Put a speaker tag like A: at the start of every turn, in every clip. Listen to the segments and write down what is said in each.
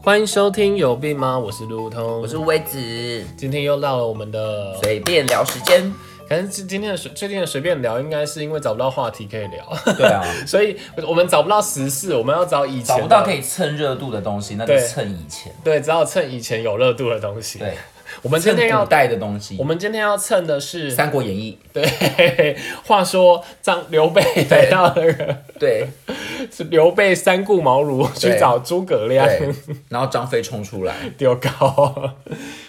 A: 欢迎收听《有病吗》，我是路路通，
B: 我是威子，
A: 今天又到了我们的，
B: 随便聊时 间。
A: 反正今今天的随最近的随便聊，应该是因为找不到话题可以聊，
B: 对啊，
A: 所以我们找不到时事，我们要找以前
B: 找
A: 的
B: 不到可以蹭热度的东西，那就
A: 对
B: 蹭以前。
A: 对，只好蹭以前有热度的东西。
B: 对，
A: 我们今
B: 蹭
A: 天要
B: 古，代的东西。
A: 我们今天要蹭的是，
B: 《三国演义
A: 对， 话说张刘备来到那个》
B: 对
A: 是刘备三顾茅庐去
B: 对
A: 找诸葛亮，
B: 对，然后张飞冲出来，
A: 丢高。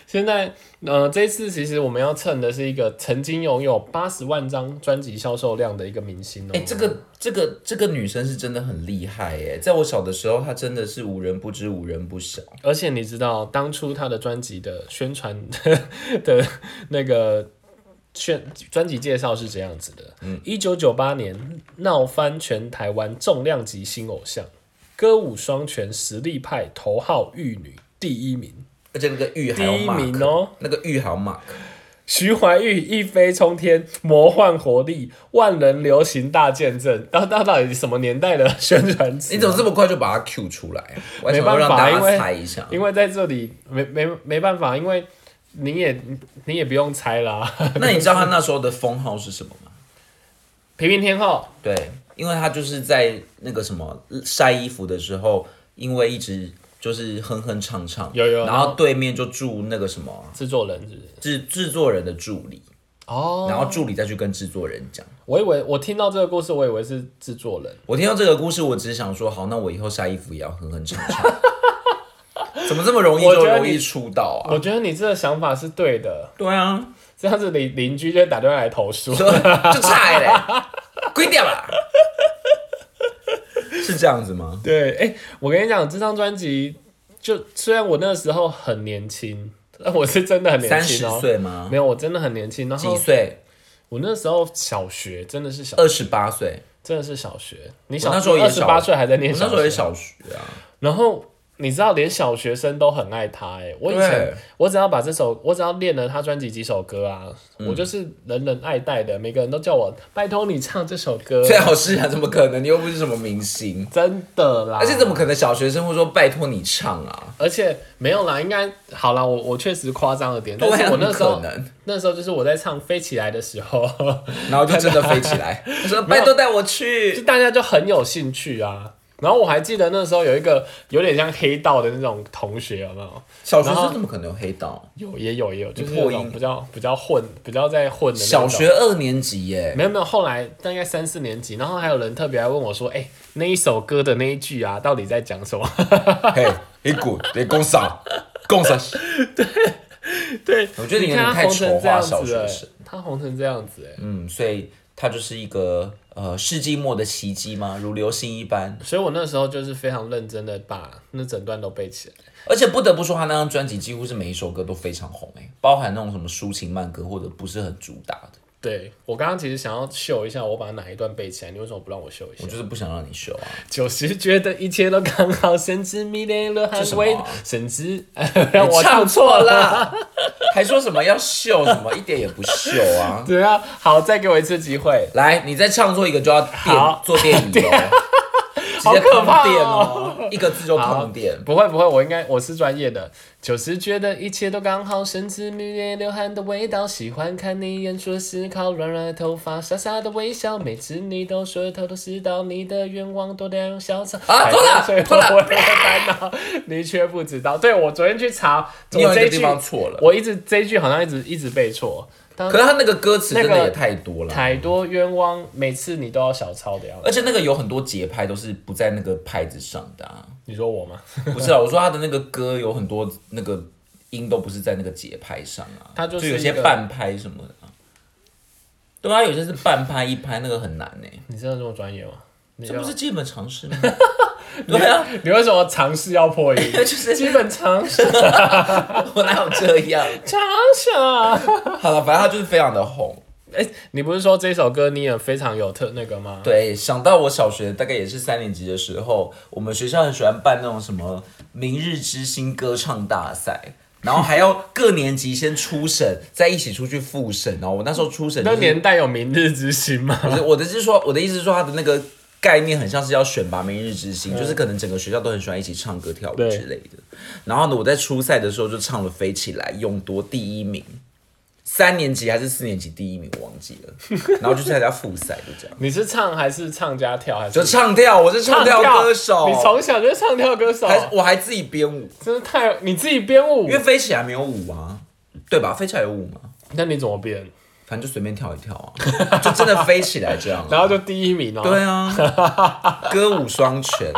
A: 现在，呃，这一次其实我们要蹭的是一个曾经拥有八十万张专辑销售量的一个明星哦、
B: 哎、这个这个这个女生是真的很厉害哎，在我小的时候，她真的是无人不知，无人不晓。
A: 而且你知道，当初他的专辑的宣传 的那个宣专辑介绍是这样子的：，
B: 嗯
A: 一九九八年闹翻全台湾重量级新偶像，歌舞双全实力派头号玉女第一名，
B: 而且那个玉还
A: 第
B: 有
A: 一
B: 马
A: 名哦、
B: 那个玉还有马克，
A: 徐怀钰一飞冲天，魔幻活力，万人流行大见证。到到到底什么年代的宣传词？
B: 你怎么这么快就把它 Q 出来、啊？我还想说
A: 没办
B: 让
A: 法
B: 大
A: 因为
B: 家猜一下。
A: 因为在这里没没没办法，因为你也你也不用猜啦。
B: 那你知道她那时候的封号是什么吗？
A: 平民天后，
B: 对，因为他就是在那个什么晒衣服的时候，因为一直就是哼哼唱唱，
A: 有有
B: 然后对面就住那个什么
A: 制作人是不是？
B: 制制作人的助理，
A: 哦，
B: 然后助理再去跟制作人讲。
A: 我以为我听到这个故事，我以为是制作人。
B: 我听到这个故事，我只是想说，好，那我以后晒衣服也要哼哼唱 唱。怎么这么容易
A: 我觉
B: 就
A: 得
B: 容
A: 你
B: 易出道啊？
A: 我觉得你这个想法是对的，
B: 对啊，
A: 这样子邻邻居就会打电话来投 诉。
B: 就就差嘞，跪掉啦！是这样子吗？
A: 对， 哎、我跟你讲，这张专辑就虽然我那时候很年轻，但我是真的很年
B: 三
A: 轻
B: 十
A: 哦、
B: 岁吗？
A: 没有，我真的很年轻。然哦
B: 几
A: 后
B: 岁？
A: 我那时候小学，真的是小，
B: 二十八岁。
A: 真的是小学。你小
B: 我那时候也
A: 二十
B: 小
A: 八岁还在
B: 我
A: 念
B: 那时
A: 小
B: 候
A: 学，
B: 也小学啊。
A: 然后你知道，连小学生都很爱他、哎，我以前
B: 对
A: 我只要把这首，我只要练了他专辑几首歌啊，
B: 嗯
A: 我就是人人爱戴的，每个人都叫我拜托你唱这首歌，
B: 最好是啊，怎么可能？你又不是什么明星，
A: 真的啦。
B: 而且怎么可能小学生会说拜托你唱啊？
A: 而且没有啦，应该好啦，我我确实夸张了点，
B: 对
A: 但
B: 啊
A: 是我那时候
B: 怎么可能
A: 那时候就是我在唱《飞起来》的时候，
B: 然后就真的飞起 来，他说拜托带我去
A: 就。大家就很有兴趣啊。然后我还记得那时候有一个有点像黑道的那种同学，有没有？
B: 小学生怎么可能有黑道？
A: 有也有也有，就是
B: 破
A: 那
B: 音
A: 种比较比较混、比较在混的那种
B: 小学二年级 耶，
A: 没有没有，后来大概三四年级，然后还有人特别来问我说：“哎、那一首歌的那一句啊，到底在讲什么？”
B: 嘿，你滚，你共啥？共啥？
A: 对，
B: 我觉得你有
A: 看他
B: 点太
A: 红成
B: 丑
A: 这
B: 化
A: 样子
B: 小学
A: 了
B: 生。
A: 他红成这样子、哎。
B: 嗯，所以他就是一个呃世纪末的奇迹嘛，如流星一般。
A: 所以我那时候就是非常认真的把那整段都背起来。
B: 而且不得不说，他那张专辑几乎是每一首歌都非常红诶，包含那种什么抒情慢歌或者不是很主打的，
A: 对我刚刚其实想要秀一下，我把哪一段背起来，你为什么不让我秀一下
B: 我？就是不想让你秀啊。
A: 九十觉得一切都刚好，甚至迷恋了
B: 这
A: 韩
B: 什么
A: 薇
B: 啊，
A: 甚 至、
B: 你
A: 我
B: 唱
A: 唱错
B: 错
A: 了。
B: 了， 还说什么要秀什么，一点也不秀 啊！
A: 对啊，好，再给我一次机会。
B: 来，你再唱错一个就要电
A: 好
B: 做电椅哦， 直
A: 好
B: 接
A: 可
B: 通
A: 怕哦
B: 电哦，一个字就通电。
A: 不会不会，我应该我是专业的。九十觉得一切都刚好，甚至迷恋流汗的味道，喜欢看你眼说思考，软软的头发，傻傻的微笑，每次你都说头头是道，你的愿望多点潇洒。
B: 啊错了
A: 所以
B: 错了
A: 我的烦恼你却不知道。对我昨天去查，
B: 你有
A: 我
B: 一
A: 这
B: 个
A: 句
B: 地方错了，
A: 我一直这一句好像一直一直背错。当
B: 可是他那个歌词真
A: 那
B: 的
A: 个
B: 也太多了，
A: 太多冤枉，每次你都要小抄的样子。
B: 嗯而且那个有很多节拍都是不在那个拍子上的、啊，
A: 你说我吗？
B: 不是啊，我说他的那个歌有很多那个音都不是在那个节拍上啊，
A: 它就是
B: 有
A: 一
B: 些
A: 个
B: 半拍什么的、啊，对啊，有些是半拍一拍，那个很难呢、
A: 你真的这么专业吗？你
B: 这
A: 要
B: 不是基本常识吗？ 对啊，
A: 你为什么尝试要破音？
B: 就是
A: 基本常识，
B: 我哪有这样？
A: 常 识。
B: 好了，反正他就是非常的红。
A: 啊哎、你不是说这首歌你也非常有特那个吗？
B: 对，想到我小学大概也是三年级的时候，我们学校很喜欢办那种什么“明日之星”歌唱大赛，然后还要各年级先初审，再一起出去哦复审。然后我那时候初审、就
A: 那
B: 是，
A: 年代有明日之星吗？
B: 不是我的是说，我的意思是说他的那个概念很像是要选拔明日之星，就是可能整个学校都很喜欢一起唱歌跳舞之类的。然后呢，我在初赛的时候就唱了《飞起来》，勇夺第一名，三年级还是四年级第一名，我忘记 了。然后就参加复赛，就这样。
A: 你是唱还是唱加跳还是
B: 就唱跳，我是唱跳歌手，
A: 你从小就是唱跳歌手，
B: 还我还自己编舞，
A: 真的太你自己编舞
B: 因，为飞起来没有舞啊，对吧？飞起来有舞吗？
A: 那你怎么编？
B: 反正就随便跳一跳啊，就真的飞起来这 样、啊。
A: 然后就第一名哦，
B: 对啊， 歌舞双全、欸、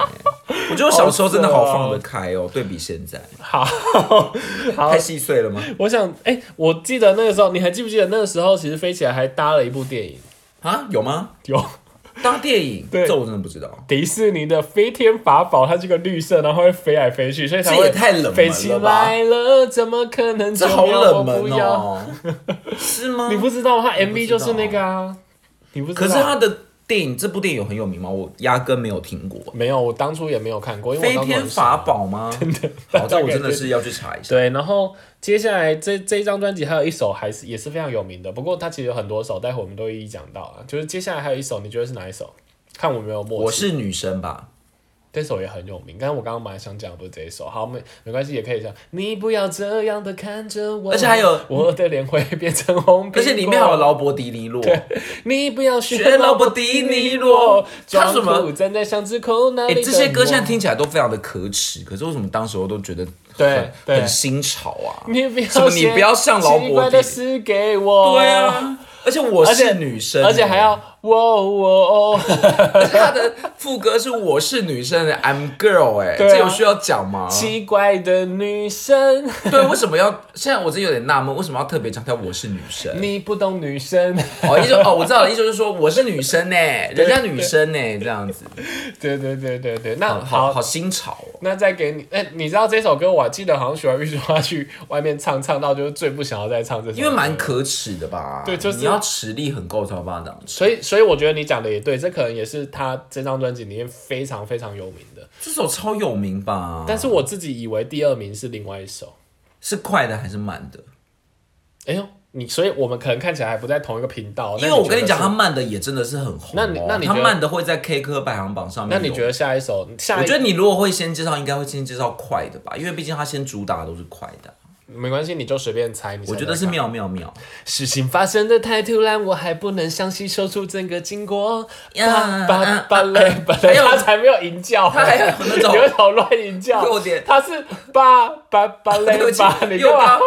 B: 我觉得我小时候真的好放得开哦，对比现在
A: 好 好
B: 太，细碎了吗？
A: 我想哎、我记得那个时候，你还记不记得那个时候，其实飞起来还搭了一部电影，
B: 啊，有吗？
A: 有
B: 当电影？
A: 对
B: 这我真的不知道。
A: 迪士尼的《飞天法宝》，它是个绿色，然后会飞来飞去，所以才
B: 这
A: 会
B: 也太冷门了吧
A: 飞起来了，怎么可能？
B: 这好冷门
A: 不要！
B: 哦，是吗
A: 你？不知道吗它 MV
B: 道
A: 就是那个啊，你不知道？
B: 可是他的电影，这部电影有很有名吗？我压根没有听过。
A: 没有，我当初也没有看过，因为我
B: 飞
A: 当啊初
B: 天
A: 很小
B: 法宝吗？真的，好，这我真的是要去查一下。
A: 对，然后接下来这这一张专辑还有一首还是也是非常有名的，不过它其实有很多首，待会我们都一一讲到啊。就是接下来还有一首，你觉得是哪一首？看我有没有默
B: 我
A: 契。
B: 是女生吧？
A: 这首也很有名，但是我刚刚本来想讲的不是这一首，好没没关系，也可以讲。你不要这样的看着我，
B: 而且还有
A: 我的脸会变成红苹果。
B: 而且里面还有劳勃迪尼洛，
A: 你不要学
B: 学劳
A: 劳勃
B: 勃迪尼洛，他
A: 装
B: 什么
A: 酷站在巷子口那
B: 哎、
A: 里、
B: 这些歌现在。听起来都非常的可耻，可是为什么当时我都觉得
A: 对
B: 很
A: 对
B: 很新潮啊？
A: 你不要
B: 什么你
A: 写
B: 不要像劳勃
A: 奇怪的
B: 迪尼
A: 事给我。
B: 对啊，而且我
A: 而且
B: 是女生、
A: 而且还要哇 哦哇哦，
B: 而且他的副歌是我是女生的 I'm girl，哎、
A: 对啊
B: 这有需要讲吗？
A: 奇怪的女生，
B: 对，为什么要？现在我真有点纳闷，为什么要特别强调我是女生？
A: 你不懂女生。
B: 哦，意思哦，我知道了，意思就是说我是女生呢、人家女生呢、这样子，
A: 对对对对对，那
B: 好好好新潮哦。
A: 那再给你，哎、你知道这首歌，我记得好像徐怀钰说他去外面唱，唱到就是最不想要再唱这首歌，
B: 因为蛮可耻的吧？
A: 对就是
B: 你要实力很够才有办法这样。
A: 所以所以我觉得你讲的也对，这可能也是他这张专辑里面非常非常有名的。
B: 这首超有名吧？
A: 但是我自己以为第二名是另外一首，
B: 是快的还是慢的？
A: 哎呦，你所以我们可能看起来还不在同一个频道，
B: 因为
A: 那
B: 我跟
A: 觉
B: 你
A: 得
B: 讲，它
A: 是，
B: 慢的也真的是很红、哦。
A: 那你那你觉
B: 它
A: 得
B: 慢的会在 K 歌排行榜上
A: 那
B: 面。
A: 你觉？得下一首下一
B: 我觉得你如果会先介绍，应该会先介绍快的吧，因为毕竟它先主打的都是快的。
A: 没关系，你就随便猜。你猜
B: 我觉得
A: 猜
B: 是
A: 看
B: 妙妙妙。
A: 事情发生的太突然，我还不能详细说出整个经过。
B: 呀啊
A: 巴巴巴雷巴雷，
B: 还有
A: 他才没有吟叫，
B: 他还有那种
A: 你为什么乱吟叫？
B: 有点
A: 他是巴巴巴雷
B: 对不起
A: 巴，你，啊
B: 因为
A: 干
B: 我
A: 嘛
B: 刚？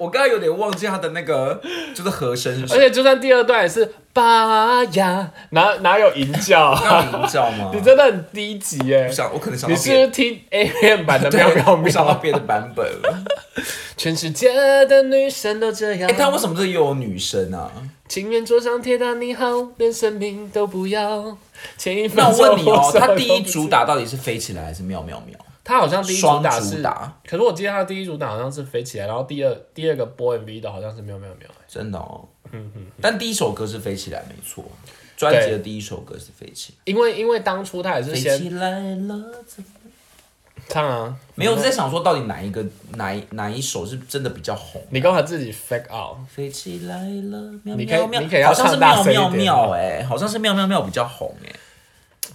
B: 我刚刚有点忘记它的那个就是和声是什
A: 而
B: 么，
A: 且就算第二段也是巴呀，哪哪有吟 叫？
B: 要你知道吗？
A: 哎你真的很低级耶
B: 我！想，我可能想
A: 你
B: 到
A: 是不
B: 别
A: 是
B: 的，
A: 听 A 片版的
B: 对
A: 喵喵
B: 我想到
A: 喵？
B: 别的版本 了。
A: 全世界的女生都这样
B: 哎，，他为什么这又有女生啊？
A: 情愿桌上铁打你好，连生命都不要。前一分
B: 那我
A: 钟
B: 问你哦
A: 我，什么
B: 他
A: 都
B: 第一
A: 不
B: 主
A: 知
B: 打到底是飞起来还是妙妙妙？
A: 他好像第一主
B: 双
A: 打
B: 主
A: 是，
B: 打
A: 可是我记得他第一主打好像是飞起来，然后第二第二个播 MV 的好像是没有没有没有，
B: 真的哦。
A: 嗯
B: 但第一首歌是飞起来，没错。专辑的第一首歌是飞起
A: 因为因为当初他也是
B: 来，飞
A: 先
B: 起来了。怎么
A: 唱啊，
B: 没有，我在想说到底哪一个哪一哪一首是真的比较红？
A: 你刚才自己 fake out，
B: 飞起来了，喵
A: 你可以
B: 喵喵，
A: 你可以要
B: 好像是
A: 唱大
B: 妙
A: 声一点
B: 妙妙哎，好像是妙妙妙比较红哎。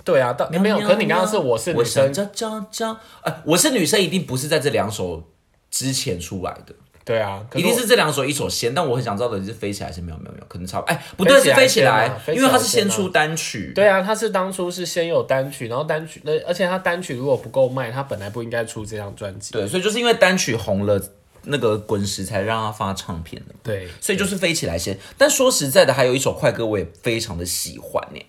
A: 对啊，但没有，可是你刚刚是我是女生，
B: 叫叫叫，哎，我是女生一定不是在这两首之前出来的，
A: 对啊，可
B: 一
A: 是我
B: 定是这两首一首先。但我很想知道到底是飞起来还是妙妙妙，可能差不哎、不
A: 飞
B: 对，
A: 起
B: 是
A: 来
B: 飞起
A: 先
B: 来
A: 啊，飞
B: 因为它是
A: 起来先
B: 先
A: 啊
B: 出单曲。
A: 对啊，他是当初是先有单曲，然后单曲，那而且他单曲如果不够卖，他本来不应该出这张专辑，
B: 对，所以就是因为单曲红了，那个滚石才让他发唱片的嘛。
A: 对，
B: 所以就是飞起来先，但说实在的，还有一首快歌我也非常的喜欢呢、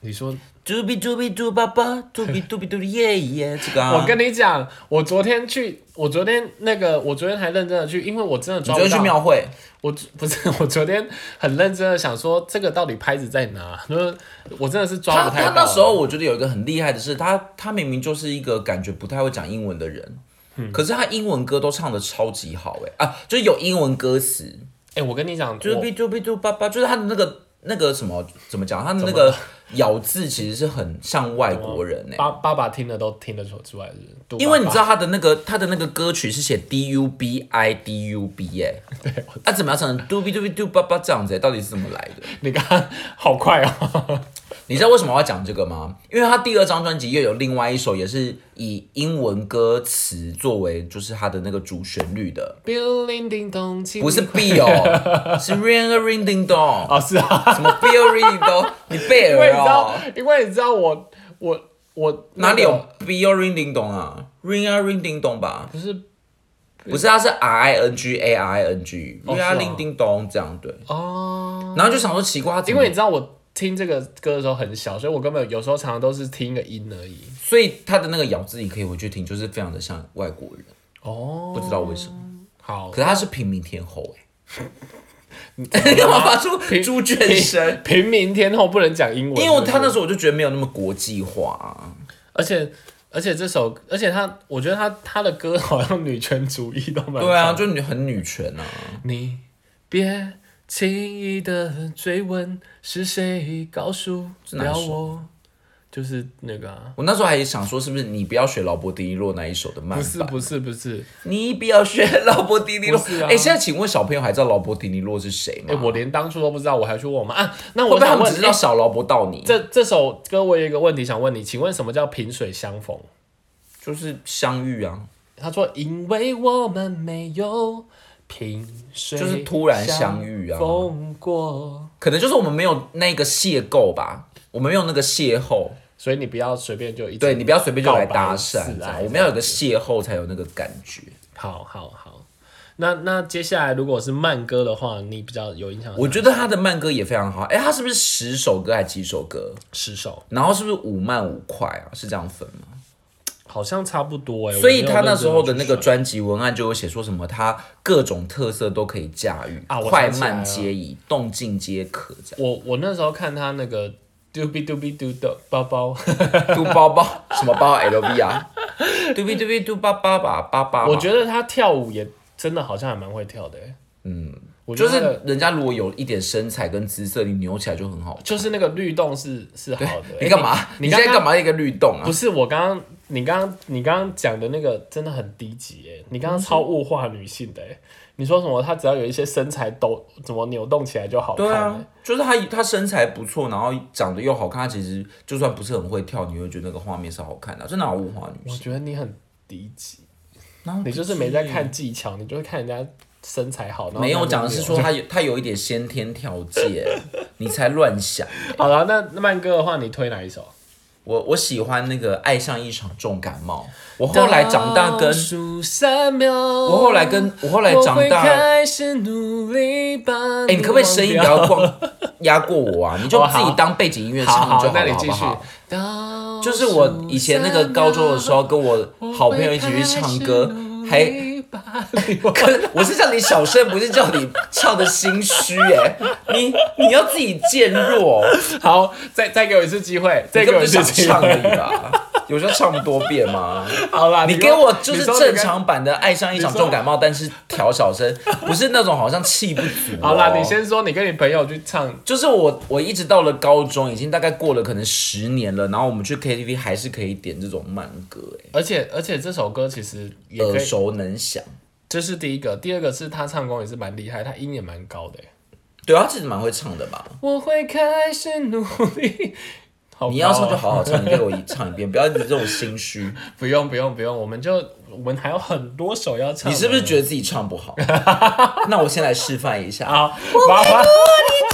A: 你说
B: 嘟比嘟比嘟爸爸，嘟比嘟比嘟比耶耶，这个、啊、
A: 我跟你讲，我昨天去，我昨天那个，我昨天还认真的去，因为我真的
B: 你
A: 抓
B: 昨
A: 不
B: 天去
A: 到。
B: 庙会，
A: 我不是， 我昨天很认真的想说，这个到底拍子在哪？就是我真的是抓
B: 他
A: 不太
B: 他
A: 到。
B: 那时候我觉得有一个很厉害的是，他他明明就是一个感觉不太会讲英文的人，
A: 嗯
B: 可是他英文歌都唱的超级好哎、啊，就是有英文歌词，
A: 哎、我跟你讲，
B: 就是
A: 我
B: b 嘟 b 嘟爸爸，就是他的那个那个什么怎么讲，他的那个咬字其实是很像外国人哎、
A: 爸爸爸听的都听得出出来是不是，
B: 因为你知
A: 道，
B: 道他的那个他的那个歌曲是写 D U B I D U B 哎、对，他、怎么样唱成嘟比嘟比嘟爸爸这样子、欸，到底是怎么来的？
A: 你刚刚好快哦、
B: 你知道为什么我要讲这个吗？因为他第二张专辑又有另外一首也是以英文歌词作为就是他的那个主旋律的，
A: Bill 铃叮咚，请
B: 不是
A: 你
B: B 哦，是 Ring a Ring Ding Dong，
A: 哦，是啊，
B: 什么 Bill Ring Ding Dong，你贝
A: 因为
B: 尔
A: 你知道
B: 哦，，
A: 因为你知道我我我
B: 哪里有
A: 那个
B: Bill Ring Ding Dong 啊？Ring a Ring Ding Dong 吧？
A: 不是
B: 不是，它是 R I N G A R I N G
A: 哦
B: Ring
A: 是
B: a
A: 啊
B: Ring Ding Dong 这样对，
A: 哦？
B: 然后就想说奇怪，他怎
A: 因
B: 么
A: 为你知道我听这个歌的时候很小，所以我根本有时候常常都是听个音而已。
B: 所以他的那个咬字你可以回去听，就是非常的像外国人，
A: 哦，
B: 不知道为什么。
A: 好
B: 可，是他是平民天后 哎、欸，你干嘛发 出猪圈声？
A: 平民天后不能讲英文，
B: 因为他
A: 是不
B: 那
A: 是
B: 时候我就觉得没有那么国际化、啊，
A: 而且而且这首，而且他，我觉得他他的歌好像女权主义都蛮
B: 对啊，
A: 强
B: 就女很女权啊。
A: 你别轻易的追问是谁告诉
B: 哪
A: 了
B: 首
A: 我，就是那个、啊。
B: 我那时候还想说，是不是你不要学劳勃迪尼洛那一首的
A: 不
B: 慢版？
A: 是不是不是，
B: 你不要学劳勃迪尼洛。
A: 不
B: 哎
A: 是、啊
B: 现在请问小朋友还知道劳勃迪尼洛是谁吗？
A: 哎、我连当初都不知道，我还去问我妈啊。那
B: 会
A: 我
B: 不会他
A: 想
B: 们
A: 问
B: 只知道
A: 哎
B: 小劳勃道尼？
A: 这这首歌，我有一个问题想问你，请问什么叫萍水相逢？
B: 就是相遇啊，
A: 他说，因为我们没有萍水，
B: 就是突然相遇啊
A: 逢过，
B: 可能就是我们没有那个邂逅吧，我们没有那个邂逅。
A: 所以你不要随便就一
B: 对你不要随便就来搭
A: 告白啊
B: 讪，
A: 示
B: 这
A: 爱
B: 样我们要有个邂逅才有那个感觉。
A: 好好好，那那接下来如果是慢歌的话，你比较有印象的哪？
B: 我觉得他的慢歌也非常好，哎，他是不是十首歌还几首歌？
A: 十首
B: 然后是不是五慢五快啊？是这样分吗？
A: 好像差不多哎、
B: 所以他那时候的那个
A: 专
B: 专辑文案就有写说什么，他各种特色都可以驾驭，
A: 啊我
B: 快
A: 想起来
B: 慢
A: 了
B: 皆宜，动静皆可，这样。
A: 我我那时候看他那个 do be do be do 的包包，
B: 嘟包包什么包？LV 啊？嘟比嘟比嘟巴巴吧巴巴吧。
A: 我觉得他跳舞也真的好像还蛮会跳的、欸、嗯，我觉
B: 就
A: 得他
B: 是
A: 的
B: 人家如果有一点身材跟姿色，你扭起来就很好。
A: 就是那个律动是是好的、欸
B: 你干嘛？
A: 你
B: 你现在
A: 刚
B: 干
A: 刚
B: 嘛一个律动啊
A: 不？是我刚刚。你刚刚你刚刚讲的那个真的很低级哎、你刚刚超物化女性的哎、你说什么？她只要有一些身材抖，怎么扭动起来就好看、欸？
B: 对啊，就是他他身材不错，然后长得又好看，他其实就算不是很会跳，你会觉得那个画面是好看的，真的好物化女
A: 我
B: 性。
A: 觉得你很低级，
B: 然后
A: 你就是没在看技巧，你就是看人家身材好。然后
B: 没有
A: 慢慢
B: 讲的是
A: 扭
B: 说他有他有一点先天条件，你才乱想。
A: 好了。那那慢歌的话，你推哪一首？
B: 我我喜欢那个《爱上一场重感冒》，我后来长大跟
A: 倒数三秒，
B: 我
A: 我
B: 后来跟我后来
A: 啊
B: 长
A: 会
B: 大，哎、
A: 开始努力把哎
B: 你可不可以声音不要光压过我啊？你就
A: 哦
B: 自
A: 好
B: 己当背景音乐唱
A: 好
B: 就
A: 好，
B: 好
A: 那
B: 了，
A: 你
B: 好
A: 继
B: 不
A: 续
B: 好？。
A: 倒
B: 就是我以前那个高中的时候，跟我好朋友一起去唱歌，还 可是我是叫你小声，不是叫 你唱的心虚哎、你你要自己渐弱，
A: 好，再再给我一次机会，再
B: 你
A: 给我
B: 根本
A: 一
B: 就
A: 次
B: 想
A: 机
B: 唱
A: 会。
B: 而已吧？有时候唱多遍 吗？
A: 好啦，
B: 你
A: 啊你
B: 给我就是
A: 说
B: 正。常版的《爱上一场
A: 你说
B: 重感冒》，但是调小声，不是那种好像气不足、哦。
A: 好啦，你先说，你跟你朋友去唱，
B: 就是我，我一直到了高中，已经大概过了可能十年了，然后我们去 KTV 还是可以点这种慢歌、哎，
A: 而且而且这首歌其实也可
B: 耳
A: 以
B: 熟能详。
A: 这是第一个，第二个是他唱功也是蛮厉害，他音也蛮高的。
B: 对啊，他其实蛮会唱的吧？
A: 我会开始努力。好高哦
B: 你要唱就好啊 好唱，你给我一唱一遍，不要一直这种心虚。
A: 不用不用不用，我们就我们还有很多首要唱
B: 你
A: 的。
B: 是不是觉得自己 唱不好？那我先来示范一下。
A: 好？麻烦
B: 我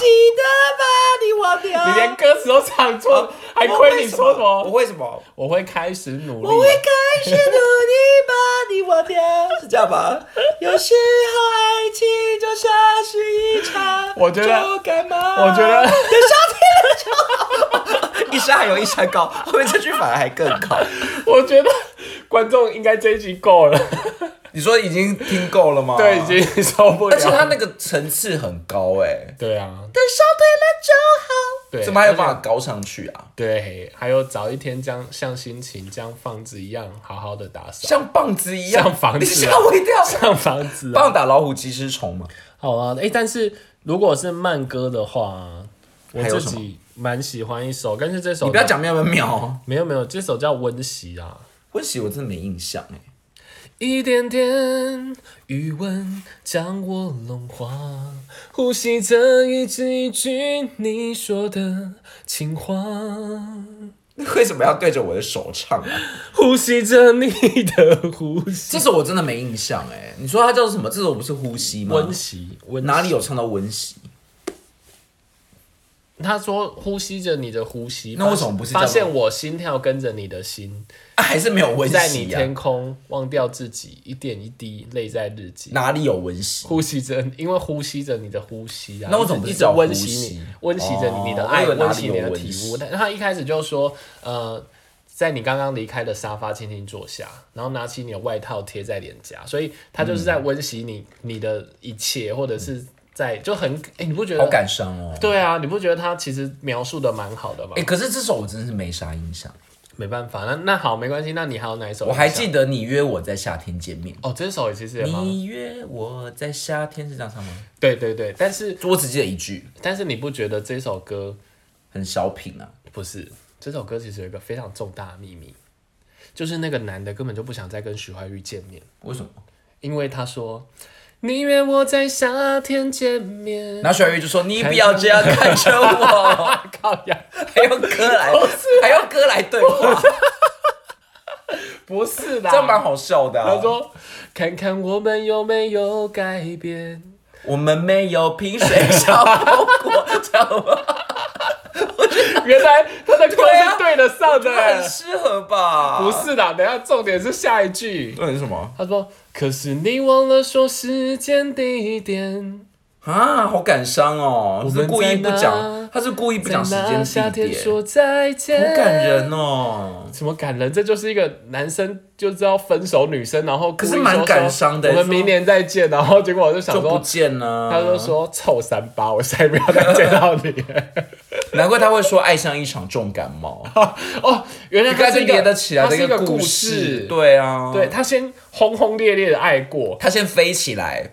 B: 记得把你忘
A: 你连歌词都唱错，还
B: 我
A: 亏你说什
B: 啊我
A: 么？
B: 为什么？
A: 我会开始努力。啊
B: 我会开始努力把你忘掉，是这 样吧？有时候爱情就像是一场
A: 我觉得
B: 重感冒，
A: 我觉得
B: 一山还有一山高，后面这句反而还更高。
A: 我觉得观众应该这一集够了，
B: 哦你说已经听够了吗？
A: 对，已。经受不
B: 而且
A: 了。
B: 他那个层次很高哎、
A: 对啊，
B: 等烧退了就好。
A: 对
B: 怎么还有办法高上去啊？
A: 对，还有早一天将像心情将房子一样好好的打扫，
B: 像棒子一样，
A: 像房
B: 你
A: 子啊
B: 吓我一跳。
A: 像房子啊。
B: 棒打老虎及时虫嘛，
A: 好啊，哎、但是如果是慢歌的话，我
B: 还有
A: 自
B: 什么
A: 己蛮喜欢一首，但是这首
B: 你不要讲喵喵喵哦。
A: 没有没有，这首叫《温习》啊，
B: 温习我真的没印象哎，
A: 一点点余温将我融化，呼吸着一字一句你说的情话，
B: 为什么要对着我的手唱啊？
A: 呼吸着你的呼吸。
B: 这首我真的没印象哎、你说它叫什么？这首不是呼吸吗？
A: 温习，温
B: 哪里有唱到温习？
A: 他说呼吸着你的呼吸，
B: 那为什么不是
A: 发
B: 叫
A: 现我心跳跟着你的心，
B: 啊、还是啊没有温
A: 在你
B: 习呀、
A: 天空忘掉自己，一点一滴泪在日记。
B: 哪里有温习？
A: 呼吸着，因为呼吸着你的呼吸啊，
B: 那为什么
A: 一
B: 不是
A: 直
B: 叫
A: 温
B: 呼
A: 习
B: 吸
A: 你，温习着
B: 哦
A: 你你的
B: 我
A: 爱，
B: 以为哪
A: 温
B: 里
A: 习你
B: 有
A: 的
B: 温
A: 体
B: 习
A: 悟？但他一开始就说，呃，在你刚刚离开的沙发，轻轻坐下，然后拿起你的外套贴在脸颊，所以他就是在温习你你的一切，或者是在就很，哎、你不觉
B: 好
A: 得？
B: 感伤哦。
A: 对啊，你不觉得他其实描述的蛮好的吗？
B: 哎、可是这首我真的是没啥印象，
A: 没办法，那那好，没关系。那你还有哪一首？
B: 我还记得你约我在夏天见面。
A: 哦，这首也其实也蛮好
B: 你约我在夏天是这样唱吗？
A: 对对对，但是
B: 我只记得一句，
A: 但是你不觉得这首歌
B: 很小品啊。
A: 不是这首歌其实有一个非常重大的秘密，就是那个男的根本就不想再跟徐怀钰见面，
B: 为什么？
A: 因为他说你约我在夏天见面，
B: 然后小鱼就说：“你不要这样看着我。
A: 啊靠呀，”
B: 还用歌来，
A: 啊
B: 还用歌来对话，
A: 不是
B: 这样
A: 啦。
B: 蛮好笑的、
A: 他
B: 啊。
A: 说：“哦看看我们有没有改 变。
B: 我们没有萍水相逢过， 知道吗？”
A: 原来他的歌
B: 对啊
A: 是对得上的、
B: 很适合 吧？
A: 不，是啦。等一下重点是下一句。
B: 那是什么
A: 他说：“可是你忘了说时间地点，
B: 啊？好感伤哦！
A: 们
B: 是故意不
A: 在哪
B: 讲，他是故意不讲时
A: 在那夏
B: 间地
A: 天
B: 点，好
A: 说再见。”
B: 感。人哦。
A: 什么感人？这就是一个男生就知道分手女生，然后可
B: 可是蛮感伤的
A: 我们
B: 说
A: 明年再见，然后结果我就想
B: 就不
A: 说，
B: 见了，
A: 他就，说臭三八，我再也不要再见到你。
B: 难怪他会说爱上一场重感冒，
A: 哦，原来
B: 应该
A: 他
B: 是
A: 是一个
B: 连得起来
A: 他是
B: 的
A: 一个
B: 故
A: 事。
B: 对啊，
A: 对，，他先轰轰烈烈的爱过，
B: 他先飞起来，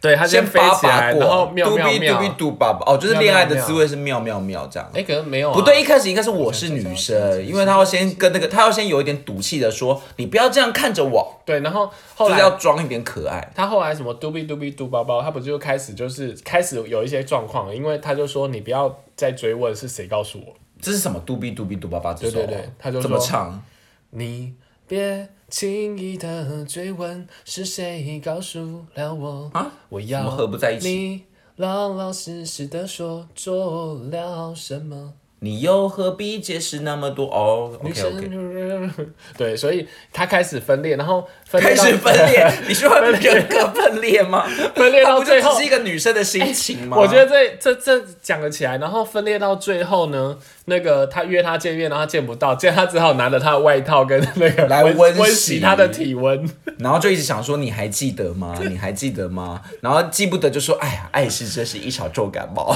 A: 对他
B: 先
A: 飞
B: 八
A: 起
B: 把
A: 来，
B: 过，
A: 然后妙
B: 嘟
A: 妙
B: 比嘟比
A: 妙。
B: 嘟爸爸，哦，就是
A: 妙
B: 恋爱的
A: 妙
B: 滋味是妙妙妙这样。
A: 哎，可能没有啊
B: 不对，一开始应该是我是女生，因为他要先跟那个，他要先有一点赌气的说，你不要这样看着我，
A: 对，然后后
B: 就是
A: 来
B: 要装一点可爱。
A: 他后来什么嘟比嘟比嘟包包，他不就开始就是开始有一些状况了，因为他就说你不要再追问是谁告诉我，
B: 这是什么？嘟比嘟比嘟爸爸这首，
A: 对对对他就
B: 怎么
A: 说
B: 唱？
A: 你别轻易的追问是谁告诉了我，
B: 啊
A: 我
B: 怎
A: 要
B: 么合不在一起
A: 你老老实实的说做了什么。
B: 你又何必解释那么多？哦，OK OK，
A: 对，所以他开始分裂，然后分裂
B: 开
A: 到
B: 始分裂，你 是会人格分裂吗？
A: 分裂
B: 那
A: 到
B: 不就
A: 最后哎
B: 只是一个女生的心情吗？
A: 我觉得这这这讲了起来，然后分裂到最后呢，那个他约他见面，然后他见不到，见他只好拿着他的外套跟那个
B: 来
A: 温
B: 温
A: 温
B: 习
A: 习他的体温。
B: 然后就一直想说你还记得吗？你还记得吗？然后记不得就说，哎呀，爱是真是一场重感 冒，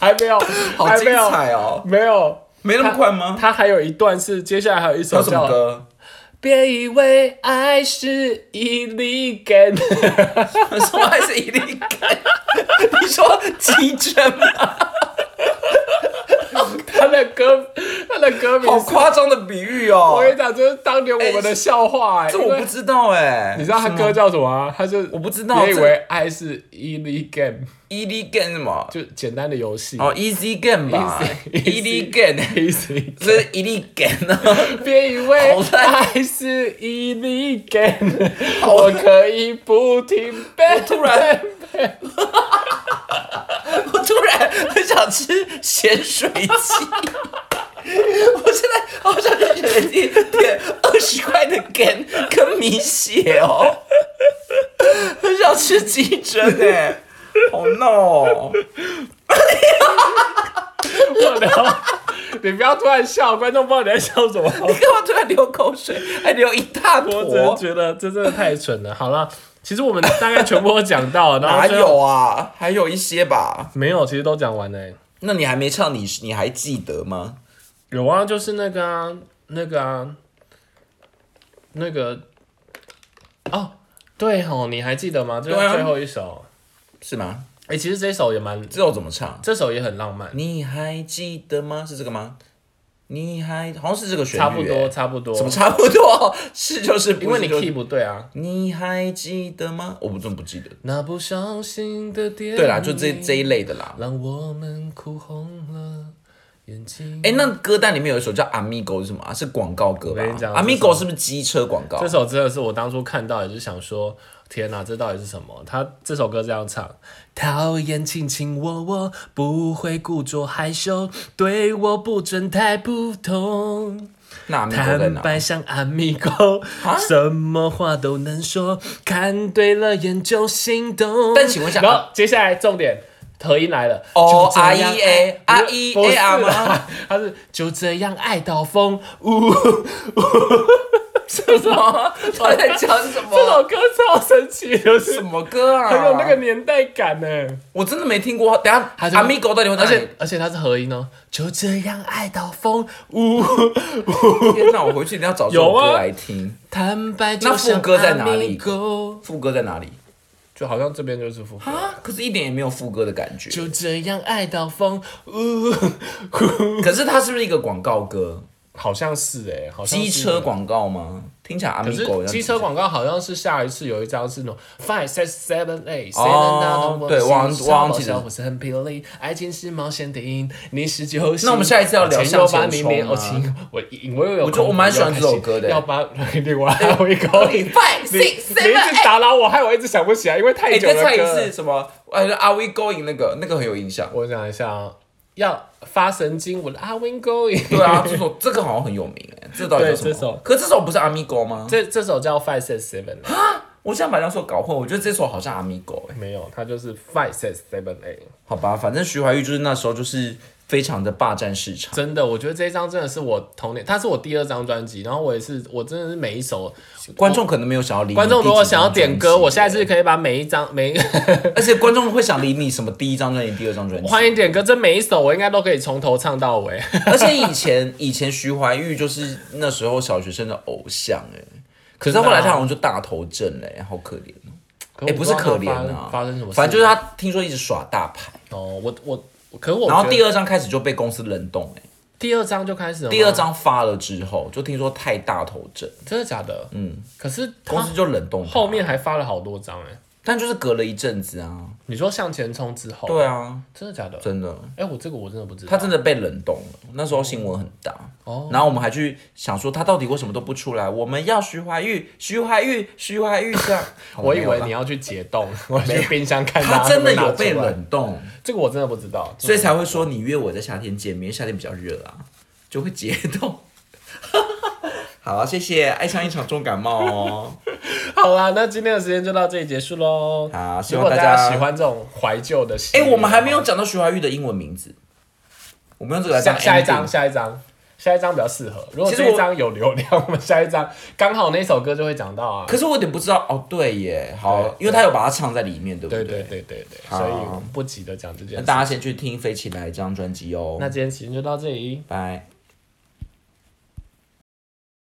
A: 还没有，
B: 好
A: 还
B: 精
A: 没有，
B: 彩哦！
A: 没有，
B: 没那么快吗？
A: 他还有一段是接下来还有一
B: 还
A: 首
B: 有什么
A: 叫《
B: 歌？
A: 别以为爱是一粒根》，
B: 什么还是一粒感？ 你说鸡胗吗？
A: 他的歌，他的歌名
B: 好
A: 是，
B: 夸张的比喻
A: 我
B: 哦！
A: 跟你讲，这是当年我们的笑话哎、
B: 这
A: 因
B: 我
A: 为
B: 不知道哎，
A: 你知道他歌叫什么、啊？他就我
B: 不知道
A: 别以
B: 这
A: 为爱是一粒 game，
B: e d game 什么？
A: 就简单的游戏。
B: 哦，easy game 吧
A: Easy-
B: e d game，
A: Easy，
B: 这是 e d game 啊！
A: 别以为
B: 好烂
A: 爱是一粒 game，我可以不停背。
B: 突然我突然很想吃咸水鸡，我现在好想去咸水鸡点二十块的干跟米血哦，很想吃鸡胗哎，好闹哦！
A: 我的，你不要突然笑，观众不知道你在笑什么。
B: 你干嘛突然流口水，还流一大
A: 我真的
B: 坨？
A: 觉得这真的太蠢了。好了，其实我们大概全部都讲到了，然后
B: 哪
A: 最后
B: 有啊？还有一些吧。
A: 没有？其实都讲完了欸、
B: 那你还没唱你，你还记得吗？
A: 有啊，就是那个啊，那个啊，那个啊哦，对吼，你还记得吗？就是
B: 对啊
A: 最后一首。
B: 是吗？
A: 哎、其实这首也蛮，
B: 这首怎么唱？
A: 这首也很浪漫。
B: 你还记得吗？是这个吗？你还好像是这个旋律、
A: 差不多，
B: 欸
A: 差不多。
B: 怎么差不多？是就是不是
A: 因为你
B: 就是
A: key 不对啊。
B: 你还记得吗？我不怎么不记得。
A: 那不小心的点，
B: 对啦，就这这一，类的啦。
A: 让我们哭红了眼睛。
B: 哎、那歌单里面有一首叫《Amigo》是什么啊？是广告歌吧？
A: 我跟你讲
B: 《Amigo
A: 这》首
B: 是不是机车广告
A: 这？首真的是我当初看到也是想说，天哪，这到底是什么？他这首歌这样唱：讨厌卿卿我我，不会故作害羞，对我不准太普通。
B: 那 Amigo 在
A: 坦
B: 哪？啊
A: 白像阿米狗， 什么话都能说，看对了眼就心动。
B: 但请问一下
A: 然后接下来重点。合音来了
B: 哦
A: 就这样
B: REA
A: 爱
B: REA
A: 不是啦
B: 吗
A: 他是就这样爱到疯，呜，
B: 什么？我在讲什
A: 这
B: 么？
A: 首歌超神奇，就是
B: 什么歌啊？
A: 很有那个，年代感呢。
B: 我真的没听过。等一下
A: 还是会
B: ，Amigo 到底会哪
A: 而
B: 里
A: 且？而且它是合音哦，就这样爱到疯，呜，
B: 天哪，我回去一定要找这首
A: 有啊
B: 歌来听。
A: 坦白
B: 那
A: 就
B: 副
A: 像
B: 歌在
A: 阿
B: 哪
A: 米
B: 里
A: 狗，
B: 副歌在哪里？
A: 就好像这边就是副歌。
B: 啊，可是一点也没有副歌的感觉。
A: 就这样爱到疯，呜，呼
B: 可是它是不是一个广告歌？
A: 好像是哎、好像是
B: 机车。广告吗？听起来
A: 可
B: Amigo
A: 是
B: 像
A: 机车广告好像是下一次有一张是那种 five six seven eight，
B: 哦对忘忘记了
A: 我是很霹雳，爱情是冒险电影，你是九星。
B: 那我们下一次要聊
A: 前
B: 向
A: 六八
B: 前
A: 零
B: 冲
A: 年，
B: 啊
A: 我情我我又有空，
B: 我觉得我蛮喜欢这首歌的哎
A: 要把另外还有一个，你
B: Five
A: 你一直
B: six seven。
A: 打扰我，害我一直想不起来，因为
B: 哎，
A: 太
B: 你
A: 久 了。
B: 再唱一
A: 歌
B: 次什么？呃，Are we going 那个那个很有印象。
A: 我想一下啊，要发神经，我的阿 Win going。
B: 对 啊，这首这个好像很有名哎，这到底叫什么？
A: 对这首
B: 可这首不是 Amigo 吗？
A: 这这首叫 Five Six Seven，
B: 我现在把两首搞混，我觉得这首好像 Amigo 哎。
A: 没有，它就是 Five Six Seven A。
B: 好吧，反正徐怀钰就是那时候就是非常的霸占市场。
A: 真的，我觉得这一张真的是我童年，它是我第二张专辑，然后我也是，我真的是每一首
B: 观众可能没有想要理你
A: 观众如果想要点歌，我下
B: 在
A: 一次可以把每一张每一
B: 而且观众会想理你什么第一张专辑、第二张专辑。
A: 欢迎点歌，这每一首我应该都可以从头唱到尾。
B: 而且以前以前徐怀钰就是那时候小学生的偶像哎、可是后来他好像就大头症嘞、好可怜哦。哎、不是 可怜啊，
A: 发生什么事？
B: 反正就是他听说一直耍大牌，
A: 哦，我我我可我
B: 然后第
A: 二
B: 二张开始就被公司冷冻哎、
A: 第二张就开始了吗，
B: 第二张发了之后就听说太大头症，
A: 真的假的？嗯，可是
B: 公
A: 他
B: 司就冷冻他
A: 啊后面，还发了好多张哎、
B: 但就是隔了一阵子啊。
A: 你说向前冲之后，
B: 对啊，
A: 真的假的？
B: 真的，
A: 哎、我这个我真的不知道。
B: 他真的被冷冻了。那时候新闻很大，
A: 哦
B: 然后我们还去想说他到底为什么都不出来，我们要徐怀钰，徐怀钰，徐怀钰 这样。好
A: 我以
B: 没有
A: 为
B: 啦
A: 你要去解冻， 我去冰箱 看大
B: 他
A: 家
B: 真的
A: 会不会拿
B: 有被
A: 出来，嗯
B: 冷冻，
A: 这个我真的不知道。
B: 所以才会说你约我在夏天见面，因为夏天比较热啊，就会解冻。 好啊，谢谢，爱上一场重感 冒哦。
A: 好啦，那今天的时间就到这里结束喽。
B: 好希
A: 如
B: 望
A: 果
B: 大
A: 大
B: 家
A: 喜欢这种怀旧的系
B: 哎、
A: 列，
B: 我们还没有讲到徐怀钰的英文名字，我们用这个来
A: 下
B: 当
A: 下一
B: ending
A: 张，下一张。下一张比较适合，如果
B: 其实
A: 这一
B: 我
A: 张有流量， 我们下一张刚好那首歌就会讲到啊。
B: 可是我有点不知道哦，对耶，好
A: 对，
B: 因为他有把它唱在里面，对不
A: 对
B: 对？
A: 对对对对，
B: 好
A: 所以不急着讲这件
B: 那
A: 事。
B: 大家先去听《飞起来》这张专辑哦
A: 那。今天时间就到这里，
B: 拜。